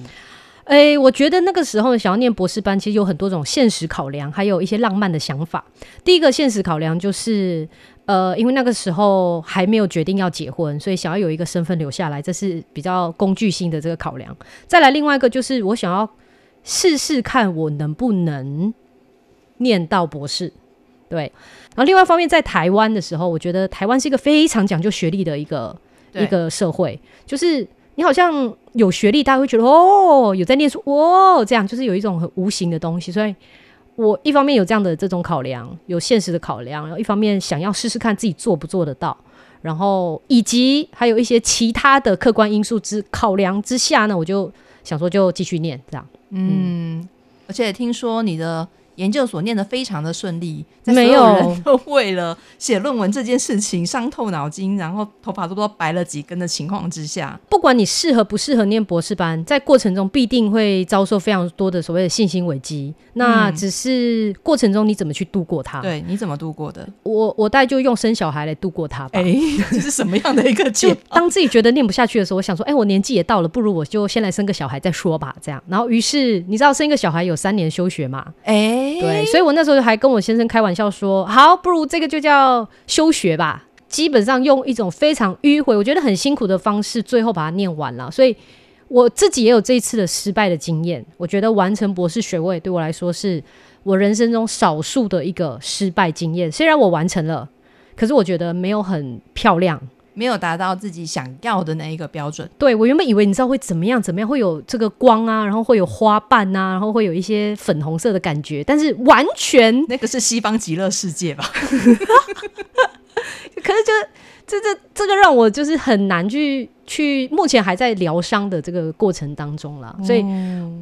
Speaker 3: 诶，我觉得那个时候想要念博士班，其实有很多种现实考量，还有一些浪漫的想法。第一个现实考量就是，呃，因为那个时候还没有决定要结婚，所以想要有一个身份留下来，这是比较工具性的这个考量。再来另外一个就是，我想要试试看我能不能念到博士。对，然后另外一方面，在台湾的时候，我觉得台湾是一个非常讲究学历的一个
Speaker 4: 对
Speaker 3: 一个社会，就是你好像有学历，大家会觉得哦，有在念书哦，这样就是有一种很无形的东西。所以我一方面有这样的这种考量，有现实的考量，然后一方面想要试试看自己做不做得到，然后以及还有一些其他的客观因素之考量之下呢，我就想说就继续念这样。
Speaker 4: 嗯，而且听说你的研究所念得非常的顺利，在
Speaker 3: 没
Speaker 4: 所
Speaker 3: 有
Speaker 4: 人都为了写论文这件事情伤透脑筋，然后头发都不知道白了几根的情况之下，
Speaker 3: 不管你适合不适合念博士班，在过程中必定会遭受非常多的所谓的信心危机。那
Speaker 4: 嗯
Speaker 3: 只是过程中你怎么去度过它？
Speaker 4: 对，你怎么度过的？
Speaker 3: 我我大概就用生小孩来度过它吧。
Speaker 4: 哎、哦这是什么样的一个
Speaker 3: 就
Speaker 4: 解？
Speaker 3: 当自己觉得念不下去的时候，我想说，哎、我年纪也到了，不如我就先来生个小孩再说吧。这样，然后于是你知道生一个小孩有三年休学嘛？
Speaker 4: 哎、
Speaker 3: 对，所以我那时候还跟我先生开玩笑说，好，不如这个就叫休学吧。基本上用一种非常迂回，我觉得很辛苦的方式，最后把它念完了。所以我自己也有这一次的失败的经验。我觉得完成博士学位对我来说是我人生中少数的一个失败经验。虽然我完成了，可是我觉得没有很漂亮。
Speaker 4: 没有达到自己想要的那一个
Speaker 3: [LAUGHS]
Speaker 4: 标准。
Speaker 3: 对我原本以为你知道会怎么样怎么样，会有这个光啊，然后会有花瓣啊，然后会有一些粉红色的感觉，但是完全
Speaker 4: 那个是西方极乐世界吧？
Speaker 3: 可是就这这这个让我就是很难去去，目前还在疗伤的这个过程当中啦，所以。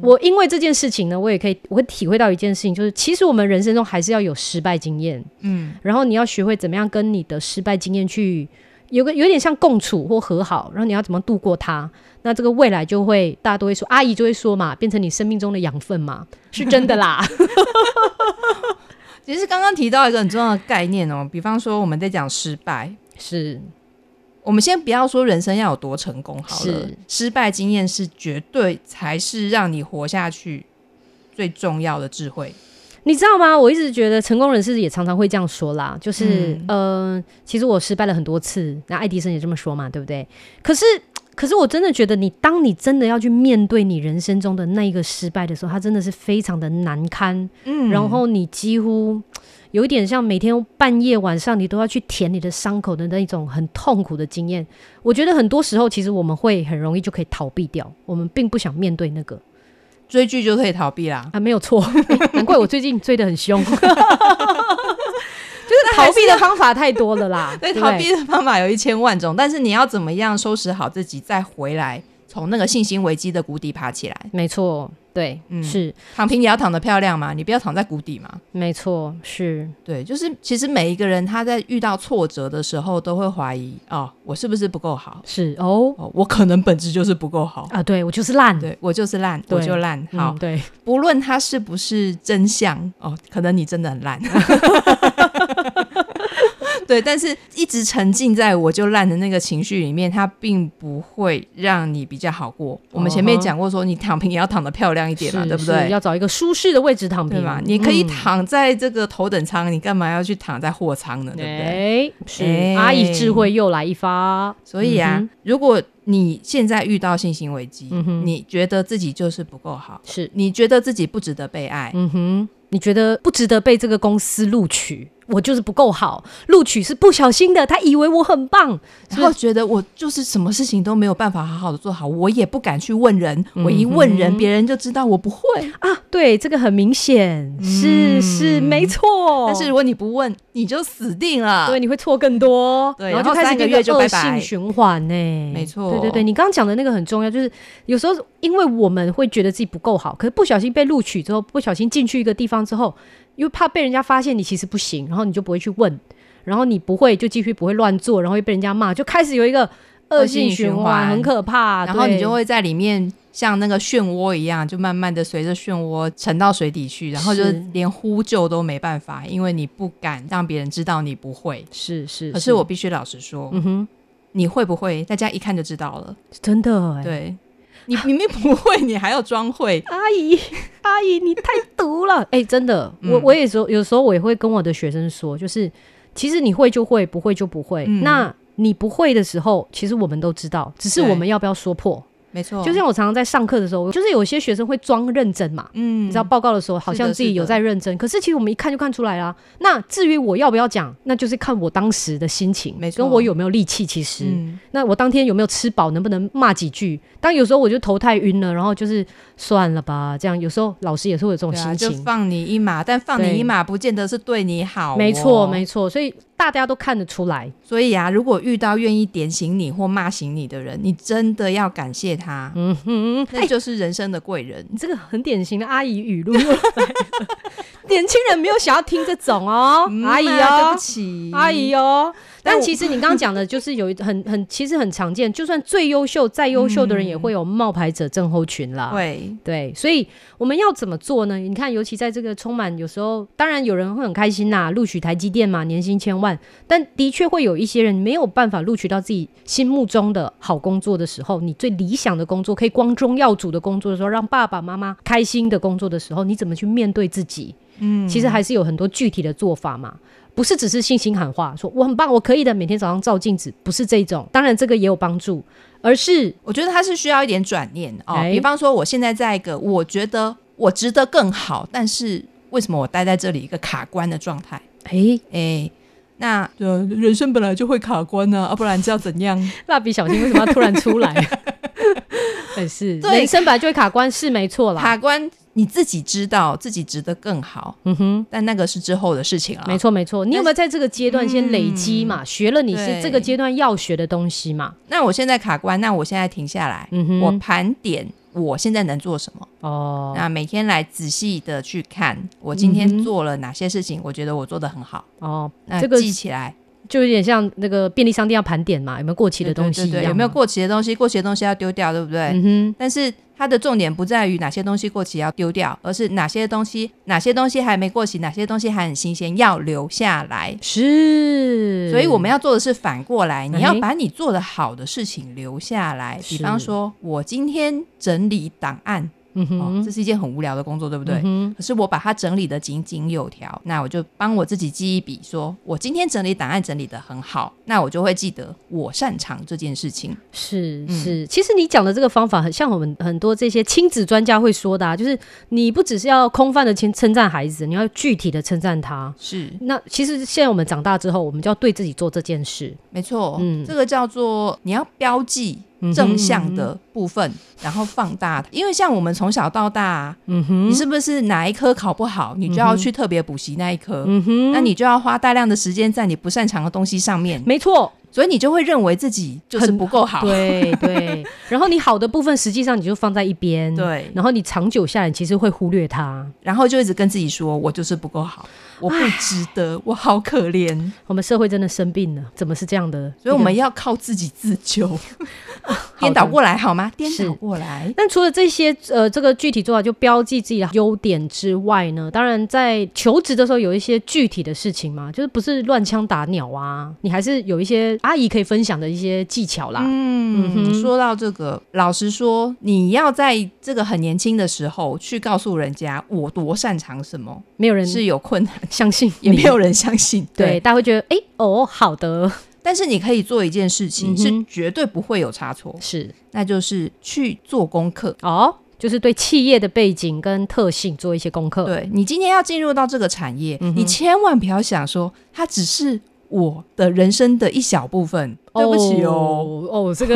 Speaker 3: 我因为这件事情呢，我也可以，我会体会到一件事情，就是其实我们人生中还是要有失败经验，
Speaker 4: 嗯，
Speaker 3: 然后你要学会怎么样跟你的失败经验去有个有点像共处或和好，然后你要怎么度过它。那这个未来就会大家都会说，阿姨就会说嘛，变成你生命中的养分嘛，是真的啦。
Speaker 4: 其实刚刚提到一个很重要的概念哦，比方说我们在讲失败，
Speaker 3: 是
Speaker 4: 我们先不要说人生要有多成功好了
Speaker 3: 是，
Speaker 4: 失败经验是绝对才是让你活下去最重要的智慧。
Speaker 3: 你知道吗？我一直觉得成功人士也常常会这样说啦，就是、嗯、呃，其实我失败了很多次，那爱迪生也这么说嘛，对不对？可是可是我真的觉得你，当你真的要去面对你人生中的那一个失败的时候，它真的是非常的难堪。
Speaker 4: 嗯
Speaker 3: 然后你几乎有一点像每天半夜晚上你都要去舔你的伤口的那一种很痛苦的经验。我觉得很多时候其实我们会很容易就可以逃避掉，我们并不想面对那个
Speaker 4: 追剧就可以逃避啦。
Speaker 3: 啊，没有错。 [LAUGHS] 难怪我最近追得很
Speaker 4: [LAUGHS]
Speaker 3: 凶，就是逃避的方法太多了 [LAUGHS] 啦。
Speaker 4: 对，
Speaker 3: 不
Speaker 4: 逃避的方法有一千万种，但是你要怎么样收拾好自己，再回来从那个信心危机的谷底爬起来？
Speaker 3: 没错，对，
Speaker 4: 嗯
Speaker 3: 是
Speaker 4: 躺平也要躺得漂亮嘛，你不要躺在谷底嘛。
Speaker 3: 没错，是
Speaker 4: 对，就是其实每一个人他在遇到挫折的时候，都会怀疑哦，我是不是不够好？
Speaker 3: 是哦
Speaker 4: 哦，我可能本质就是不够好。
Speaker 3: 啊，对我就是烂。
Speaker 4: 对我就是烂，
Speaker 3: 对
Speaker 4: 我就烂。
Speaker 3: 嗯
Speaker 4: 好，
Speaker 3: 对，
Speaker 4: 不论它是不是真相哦，可能你真的很烂。 [LAUGHS] 对，但是一直沉浸在我就烂的那个情绪里面，它并不会让你比较好过。我们前面讲过说，你躺平也要躺得漂亮一点嘛，
Speaker 3: 是
Speaker 4: 对不
Speaker 3: 是
Speaker 4: 对？
Speaker 3: 要找一个舒适的位置躺
Speaker 4: 对
Speaker 3: 平
Speaker 4: 嘛？你可以
Speaker 3: 嗯
Speaker 4: 躺在这个头等舱，你干嘛要去躺在货舱呢？对不对？
Speaker 3: 哎，是
Speaker 4: 哎
Speaker 3: 阿姨智慧又来一发，
Speaker 4: 所以啊，
Speaker 3: 嗯
Speaker 4: 如果你现在遇到信心危机，
Speaker 3: 嗯哼
Speaker 4: 你觉得自己就是不够好，
Speaker 3: 是，
Speaker 4: 你觉得自己不值得被爱，
Speaker 3: 嗯哼，你觉得不值得被这个公司录取？我就是不够好，录取是不小心的，他以为我很棒，
Speaker 4: 然后觉得我就是什么事情都没有办法好好的做好，我也不敢去问人，我一问人，别人就知道我不会。
Speaker 3: 啊，对，这个很明显，是是没错，
Speaker 4: 嗯但是如果你不问，你就死定了。
Speaker 3: 对，，你会错更多，
Speaker 4: 对
Speaker 3: 然
Speaker 4: 然后
Speaker 3: 就开始
Speaker 4: 三个
Speaker 3: 变
Speaker 4: 月
Speaker 3: 成
Speaker 4: 就拜
Speaker 3: 恶性
Speaker 4: 拜
Speaker 3: 循环呢、
Speaker 4: 没错
Speaker 3: 对对对，你刚刚讲的那个很重要，就是有时候因为我们会觉得自己不够好，可是不小心被录取之后，不小心进去一个地方之后，因为怕被人家发现你其实不行，然后你就不会去问，然后你不会就继续不会乱做，然后又被人家骂，就开始有一个恶
Speaker 4: 恶
Speaker 3: 性
Speaker 4: 性
Speaker 3: 循
Speaker 4: 循
Speaker 3: 环，
Speaker 4: 环
Speaker 3: 很可怕。
Speaker 4: 然后
Speaker 3: 对
Speaker 4: 你就会在里面像那个漩涡一样，就慢慢的随着漩涡沉到水底去，然后就是连呼救都没办法，因为你不敢让别人知道你不会。
Speaker 3: 是是，
Speaker 4: 可是我必须老实说，
Speaker 3: 嗯哼，
Speaker 4: 你会不会，大家一看就知道了。
Speaker 3: 真的、欸，
Speaker 4: 对，你 [LAUGHS] 明明不会，你还要装 [LAUGHS] 会。
Speaker 3: 阿姨，阿姨，你太毒了！ [LAUGHS] 哎、真的，我
Speaker 4: 嗯
Speaker 3: 我也说，有时候我也会跟我的学生说，就是其实你会就会，不会就不会。
Speaker 4: 嗯
Speaker 3: 那你不会的时候，其实我们都知道，只是
Speaker 4: 对哦
Speaker 3: 我们要不要说破。
Speaker 4: 没错，
Speaker 3: 就像我常常在上课的时候，就是有些学生会装认真嘛。
Speaker 4: 嗯，
Speaker 3: 你知道报告的时候，好
Speaker 4: 是
Speaker 3: 像
Speaker 4: 的
Speaker 3: 自己
Speaker 4: 是
Speaker 3: 有
Speaker 4: 的
Speaker 3: 在认真，可是其实我们一看就看出来啦。那至于我要不要讲，那就是看我当时的心情
Speaker 4: 没，
Speaker 3: 跟
Speaker 4: 错
Speaker 3: 我有没有力气。其实，
Speaker 4: 嗯。
Speaker 3: 那我当天有没有吃饱，能不能骂几句？但有时候我就头太晕了，然后就是算了吧，这样。有时候老师也是会有这种
Speaker 4: 对
Speaker 3: 心
Speaker 4: 啊，就啊
Speaker 3: 情，
Speaker 4: 放你一马，但放
Speaker 3: 对
Speaker 4: 你一马不见得是对你好、哦
Speaker 3: 没错，没。错。所以大家都看得出来，
Speaker 4: 所以啊，如果遇到愿意点醒你或骂醒你的人，你真的要感谢他，
Speaker 3: 嗯哼，哎、
Speaker 4: 那就是人生的贵人。
Speaker 3: 你这个很典型的阿姨语录又 [LAUGHS] 来了，年轻人没有想要听这种哦，
Speaker 4: 嗯
Speaker 3: 阿姨
Speaker 4: 啊对
Speaker 3: 哦
Speaker 4: 不。起，
Speaker 3: 阿姨哦，
Speaker 4: 但
Speaker 3: 但
Speaker 4: 我
Speaker 3: 其实你刚刚讲的，就是有一很很，其实很常见。就算最优秀、再优秀的人，也会有冒牌者症候群
Speaker 4: [LAUGHS]
Speaker 3: 啦。
Speaker 4: 会，
Speaker 3: 对，所以我们要怎么做呢？你看，尤其在这个充满有时候，当然有人会很开心呐、录取台积电嘛，年薪千万，但的确会有一些人没有办法录取到自己心目中的好工作的时候，你最理想的工作，可以光宗耀祖的工作的时候，让爸爸妈妈开心的工作的时候，你怎么去面对自己？
Speaker 4: 嗯
Speaker 3: 其实还是有很多具体的做法嘛。不是只是信心喊话，说我很棒，我可以的，每天早上照镜子，不是这种。当然，这个也有帮助，而是
Speaker 4: 我觉得他是需要一点转念哦。
Speaker 3: 哎
Speaker 4: 比方说，我现在在一个我觉得我值得更好，但是为什么我待在这里一个卡关的状态？
Speaker 3: 诶，
Speaker 4: 哎，那呃，人生本来就会卡关呢、啊，不然这要怎样？
Speaker 3: 蜡笔小新为什么要突然出
Speaker 4: [LAUGHS]
Speaker 3: 来？哎，是
Speaker 4: 对
Speaker 3: 人生本来就会卡关，是没错啦。
Speaker 4: 卡关你自己知道自己值得更好，
Speaker 3: 嗯哼，
Speaker 4: 但那个是之后的事情了。
Speaker 3: 没，错没错。你有没有在这个阶段先累积
Speaker 4: 嗯
Speaker 3: 嘛？学了你是
Speaker 4: 对
Speaker 3: 这个阶段要学的东西嘛？
Speaker 4: 那我现在卡关，那我现在停下来，
Speaker 3: 嗯哼，
Speaker 4: 我盘点我现在能做什么。
Speaker 3: 哦
Speaker 4: 那每天来仔细的去看，我今天
Speaker 3: 嗯哼
Speaker 4: 做了哪些事情，我觉得我做的很好。
Speaker 3: 哦，
Speaker 4: 那
Speaker 3: 这个
Speaker 4: 记起来，
Speaker 3: 就有点像那个便利商店要盘点嘛，有没有过期
Speaker 4: 对
Speaker 3: 的
Speaker 4: 对
Speaker 3: 东西
Speaker 4: 对
Speaker 3: 一
Speaker 4: 对
Speaker 3: 样嘛？
Speaker 4: 有没有过期的东西？过期的东西要丢掉，对不对？
Speaker 3: 嗯哼，
Speaker 4: 但是它的重点不在于哪些东西过期要丢掉，而是哪些东西哪些东西还没过期，哪些东西还很新鲜要留下来。
Speaker 3: 是。
Speaker 4: 所以我们要做的是反过来，你要
Speaker 3: 哎
Speaker 4: 把你做的好的事情留下来。比
Speaker 3: 是
Speaker 4: 方说，我今天整理档案，
Speaker 3: 嗯
Speaker 4: 哦，
Speaker 3: 哼，
Speaker 4: 这是一件很无聊的工作，对不对？
Speaker 3: 嗯哼
Speaker 4: 可是我把它整理的井井有条，那我就帮我自己记一笔说，我今天整理档案整理的很好，那我就会记得我擅长这件事情。
Speaker 3: 是
Speaker 4: 嗯
Speaker 3: 是，其实你讲的这个方法，很像我们很多这些亲子专家会说的、啊，就是你不只是要空泛的称称赞孩子，你要具体的称赞他。
Speaker 4: 是，
Speaker 3: 那其实现在我们长大之后，我们就要对自己做这件事。
Speaker 4: 没错，
Speaker 3: 嗯
Speaker 4: 这个叫做你要标记
Speaker 3: 嗯哼
Speaker 4: 正向的部分，然后放大它。因为像我们从小到大，
Speaker 3: 嗯哼，
Speaker 4: 你是不是哪一科考不好，你就要去特别补习那一科？
Speaker 3: 嗯哼，
Speaker 4: 那你就要花大量的时间在你不擅长的东西上面，
Speaker 3: 没错，
Speaker 4: 所以你就会认为自己就是
Speaker 3: 很
Speaker 4: 不够好。
Speaker 3: 对
Speaker 4: [LAUGHS]
Speaker 3: 对。然后你好的部分，实际上你就放在一边。。
Speaker 4: 对，
Speaker 3: 然后你长久下来，你其实会忽略它。
Speaker 4: 然后就一直跟自己说，我就是不够好，我不值得，我好可怜，
Speaker 3: 我们社会真的生病了，怎么是这样的？
Speaker 4: 所以我们要靠自己自 [LAUGHS] 救。颠倒过来好吗？颠
Speaker 3: 是
Speaker 4: 倒过来，
Speaker 3: 但除了这些呃，这个具体做法就标记自己的优点之外呢，当然在求职的时候有一些具体的事情嘛，就是不是乱枪打鸟啊，你还是有一些阿姨可以分享的一些技巧啦。嗯
Speaker 4: 嗯，
Speaker 3: 哼
Speaker 4: 说到这个，老实说，你要在这个很年轻的时候去告诉人家我多擅长什么，
Speaker 3: 没有人
Speaker 4: 是有困难，
Speaker 3: [LAUGHS] 相信你，
Speaker 4: 嗯也没有人相信。
Speaker 3: 对，，大家会觉得哎、哦好的
Speaker 4: 但是你可以做一件事情，
Speaker 3: 嗯哼
Speaker 4: 是绝对不会有差错，
Speaker 3: 是
Speaker 4: 那就是去做功课。
Speaker 3: 哦，就是对企业的背景跟特性做一些功课。
Speaker 4: 对你今天要进入到这个产业，
Speaker 3: 哦嗯哼
Speaker 4: 你千万不要想说它只是我的人生的一小部分，对不起哦，
Speaker 3: 哦，哦这个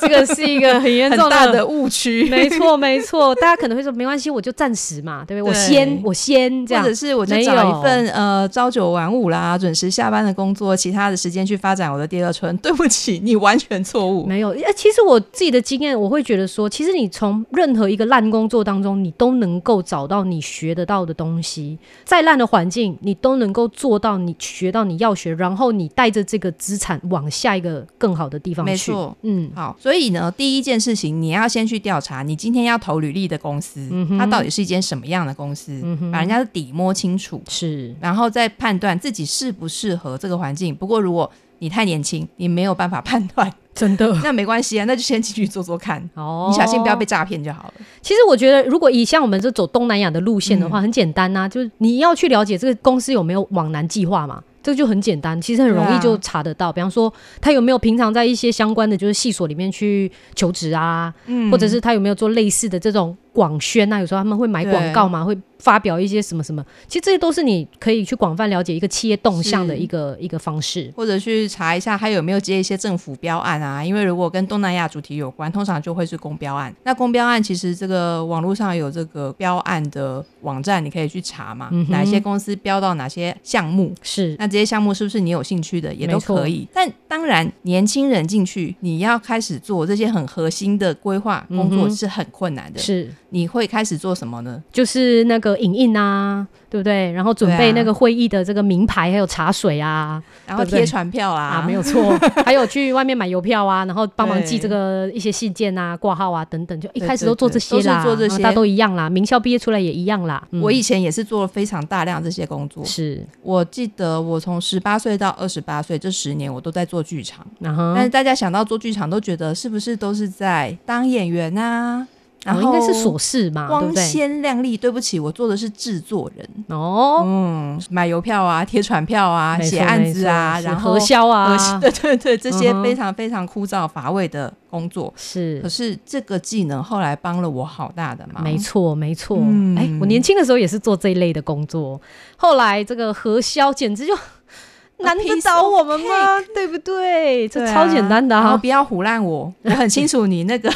Speaker 3: 这个是一个很严
Speaker 4: 很
Speaker 3: 重
Speaker 4: 大的误区。
Speaker 3: 没错，没错，大家可能会说没关系，我就暂时嘛，对不对？我
Speaker 4: 对
Speaker 3: 先，我先这
Speaker 4: 或
Speaker 3: 样
Speaker 4: 者，是我就
Speaker 3: 没
Speaker 4: 找
Speaker 3: 有
Speaker 4: 一份呃朝九晚五啦、准时下班的工作，其他的时间去发展我的第二春。 [LAUGHS] 对不起，你完全错误。
Speaker 3: 没有。呃，其实我自己的经验，我会觉得说，其实你从任何一个烂工作当中，你都能够找到你学得到的东西。再烂的环境，你都能够做到你学到你要学，然后你带着这个资产往下一个更好的地方去。
Speaker 4: 没错，
Speaker 3: 嗯，
Speaker 4: 好，所以呢，第一件事情你要先去调查，你今天要投履历的公司，
Speaker 3: 嗯哼
Speaker 4: 它到底是一间什么样的公司，
Speaker 3: 嗯哼
Speaker 4: 把人家的底摸清楚。
Speaker 3: 是
Speaker 4: 然后再判断自己适不适合这个环境。不过如果你太年轻，你没有办法判 [LAUGHS] 断，
Speaker 3: 真的。
Speaker 4: 那没关系啊，那就先进去做做看。
Speaker 3: 哦，
Speaker 4: 你小心不要被诈骗就好了。
Speaker 3: 其实我觉得，如果以像我们这走东南亚的路线的
Speaker 4: 嗯
Speaker 3: 话，很简单呐、就是你要去了解这个公司有没有往南计划嘛。这就很简单，其实很容
Speaker 4: 对
Speaker 3: 易
Speaker 4: 啊
Speaker 3: 就查得到。比方说，他有没有平常在一些相关的就是系所里面去求职啊，
Speaker 4: 嗯
Speaker 3: 或者是他有没有做类似的这种广宣啊？有时候他们会买广告嘛，会发表一些什么什么。其实这些都是你可以去广泛了解一个企业动向的
Speaker 4: 是
Speaker 3: 一个一个方式。
Speaker 4: 或者去查一下，还有没有接一些政府标案啊？因为如果跟东南亚主题有关，通常就会是公标案。那公标案其实这个网络上有这个标案的网站，你可以去查嘛，
Speaker 3: 嗯哼
Speaker 4: 哪一些公司标到哪些项目，
Speaker 3: 是，
Speaker 4: 那这些项目是不是你有兴趣的也都可以？但当然，年轻人进去，你要开始做这些很核心的规划工
Speaker 3: 嗯
Speaker 4: 作
Speaker 3: 哼
Speaker 4: 是很困难的。
Speaker 3: 是，
Speaker 4: 你会开始做什么呢？
Speaker 3: 就是那个影印啊，对不对？然后准
Speaker 4: 对
Speaker 3: 备
Speaker 4: 啊
Speaker 3: 那个会议的这个名牌，还有茶水啊，
Speaker 4: 然后
Speaker 3: 对不对
Speaker 4: 贴传票啊，
Speaker 3: 啊，没有
Speaker 4: [LAUGHS]
Speaker 3: 错，还有去外面买邮票啊，然后帮忙寄
Speaker 4: 对
Speaker 3: 这个一些信件啊、挂号啊等等，就一
Speaker 4: 对
Speaker 3: 开始
Speaker 4: 对
Speaker 3: 都做
Speaker 4: 对
Speaker 3: 这些
Speaker 4: 都是
Speaker 3: 啦，
Speaker 4: 做这
Speaker 3: 然后
Speaker 4: 些
Speaker 3: 大家都一样啦，名校毕业出来也一样啦。嗯
Speaker 4: 我以前也是做了非常大量这些工作。
Speaker 3: 是，
Speaker 4: 我记得我从十八岁到二十八岁这十年，我都在做剧场。
Speaker 3: 然后
Speaker 4: 但是大家想到做剧场，都觉得是不是都是在当演员啊？然
Speaker 3: 哦
Speaker 4: 后
Speaker 3: 应该是琐事嘛，对
Speaker 4: 光
Speaker 3: 不对？
Speaker 4: 鲜亮丽。对不起，我做的是制作人。
Speaker 3: 哦，
Speaker 4: 嗯，买邮票啊，贴传票啊，
Speaker 3: 没错
Speaker 4: 写案子啊，
Speaker 3: 没错
Speaker 4: 然
Speaker 3: 是
Speaker 4: 后
Speaker 3: 核销啊
Speaker 4: 核，销 [LAUGHS] 对对对，这些
Speaker 3: 嗯哼
Speaker 4: 非常非常枯燥乏味的工作。
Speaker 3: 是
Speaker 4: 可。是这个技能后来帮了我好大的忙，
Speaker 3: 没错，没错。哎、
Speaker 4: 嗯
Speaker 3: 我年轻的时候也是做这一类的工作，后来这个核销简直就 [LAUGHS] 难得
Speaker 4: piece
Speaker 3: 倒
Speaker 4: of
Speaker 3: 我们吗？对不对？
Speaker 4: 对
Speaker 3: 这
Speaker 4: 啊，
Speaker 3: 超简单的
Speaker 4: 然后
Speaker 3: 啊。
Speaker 4: 不要胡乱我，我很清楚
Speaker 3: [LAUGHS]
Speaker 4: 你那个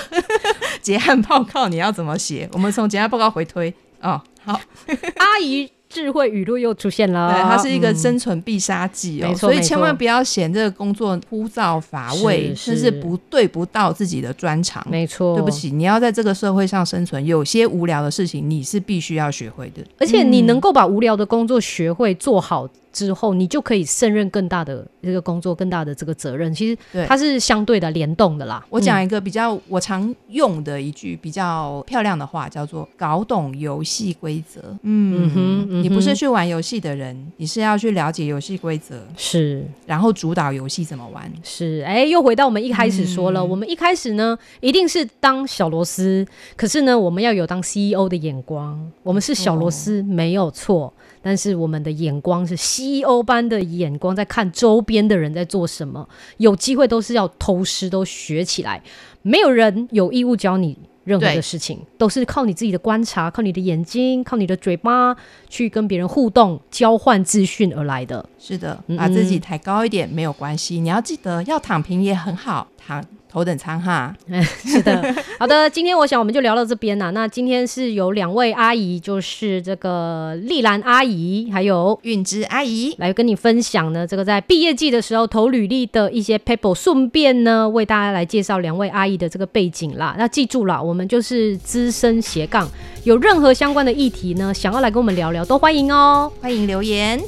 Speaker 4: 结案报告你要怎么写。我们从结案报告回推哦，好，
Speaker 3: 阿姨智慧语录又出现了，
Speaker 4: 对，它是一个
Speaker 3: 嗯
Speaker 4: 生存必杀技哦，
Speaker 3: 没错
Speaker 4: 所以
Speaker 3: 没错
Speaker 4: 千万不要嫌这个工作枯燥乏味，
Speaker 3: 是
Speaker 4: 甚
Speaker 3: 是
Speaker 4: 至不对不到自己的专长。
Speaker 3: 没错，
Speaker 4: 对不。起，你要在这个社会上生存，有些无聊的事情你是必须要学会的。
Speaker 3: 而且你能够把无聊的工作学会做好，之后，你就可以胜任更大的这个工作、更大的这个责任。其
Speaker 4: 对
Speaker 3: 实它是相对的联动的啦。
Speaker 4: 我讲
Speaker 3: 嗯
Speaker 4: 一个比较我常用的一句比较漂亮的话，叫做“搞懂游戏规则”嗯。
Speaker 3: 嗯哼嗯哼
Speaker 4: 你不是去玩游戏的人，你是要去了解游戏规则，
Speaker 3: 是
Speaker 4: 然后主导游戏怎么玩。
Speaker 3: 是，哎，又回到我们一开始说了，
Speaker 4: 嗯
Speaker 3: 我们一开始呢，一定是当小螺丝，可是呢，我们要有当 CEO 的眼光，我们是小螺丝、没有错，但是我们的眼光是 CEO 般的眼光，在看周边的人在做什么，有机会都是要偷师，都学起来，没有人有义务教你。任何
Speaker 4: 对
Speaker 3: 的事情都是靠你自己的观察，靠你的眼睛，靠你的嘴巴去跟别人互动、交换资讯而来的。
Speaker 4: 是的，
Speaker 3: 嗯
Speaker 4: 把自己抬高一点没有关系，你要记得要躺平也很好，躺头等舱哈。
Speaker 3: 是的，好的，今天我想我们就聊到这边啦、啊那今天是有两位阿姨，就是这个丽兰阿姨，还有。
Speaker 4: 韵之阿姨，
Speaker 3: 来跟你分享呢，这个在毕业季的时候投履历的一些 paper，顺便呢为大家来介绍两位阿姨的这个背景啦。那记住啦，我们就是资深斜杠，有任何相关的议题呢，想要来跟我们聊聊，都欢迎哦。
Speaker 4: 欢迎留言。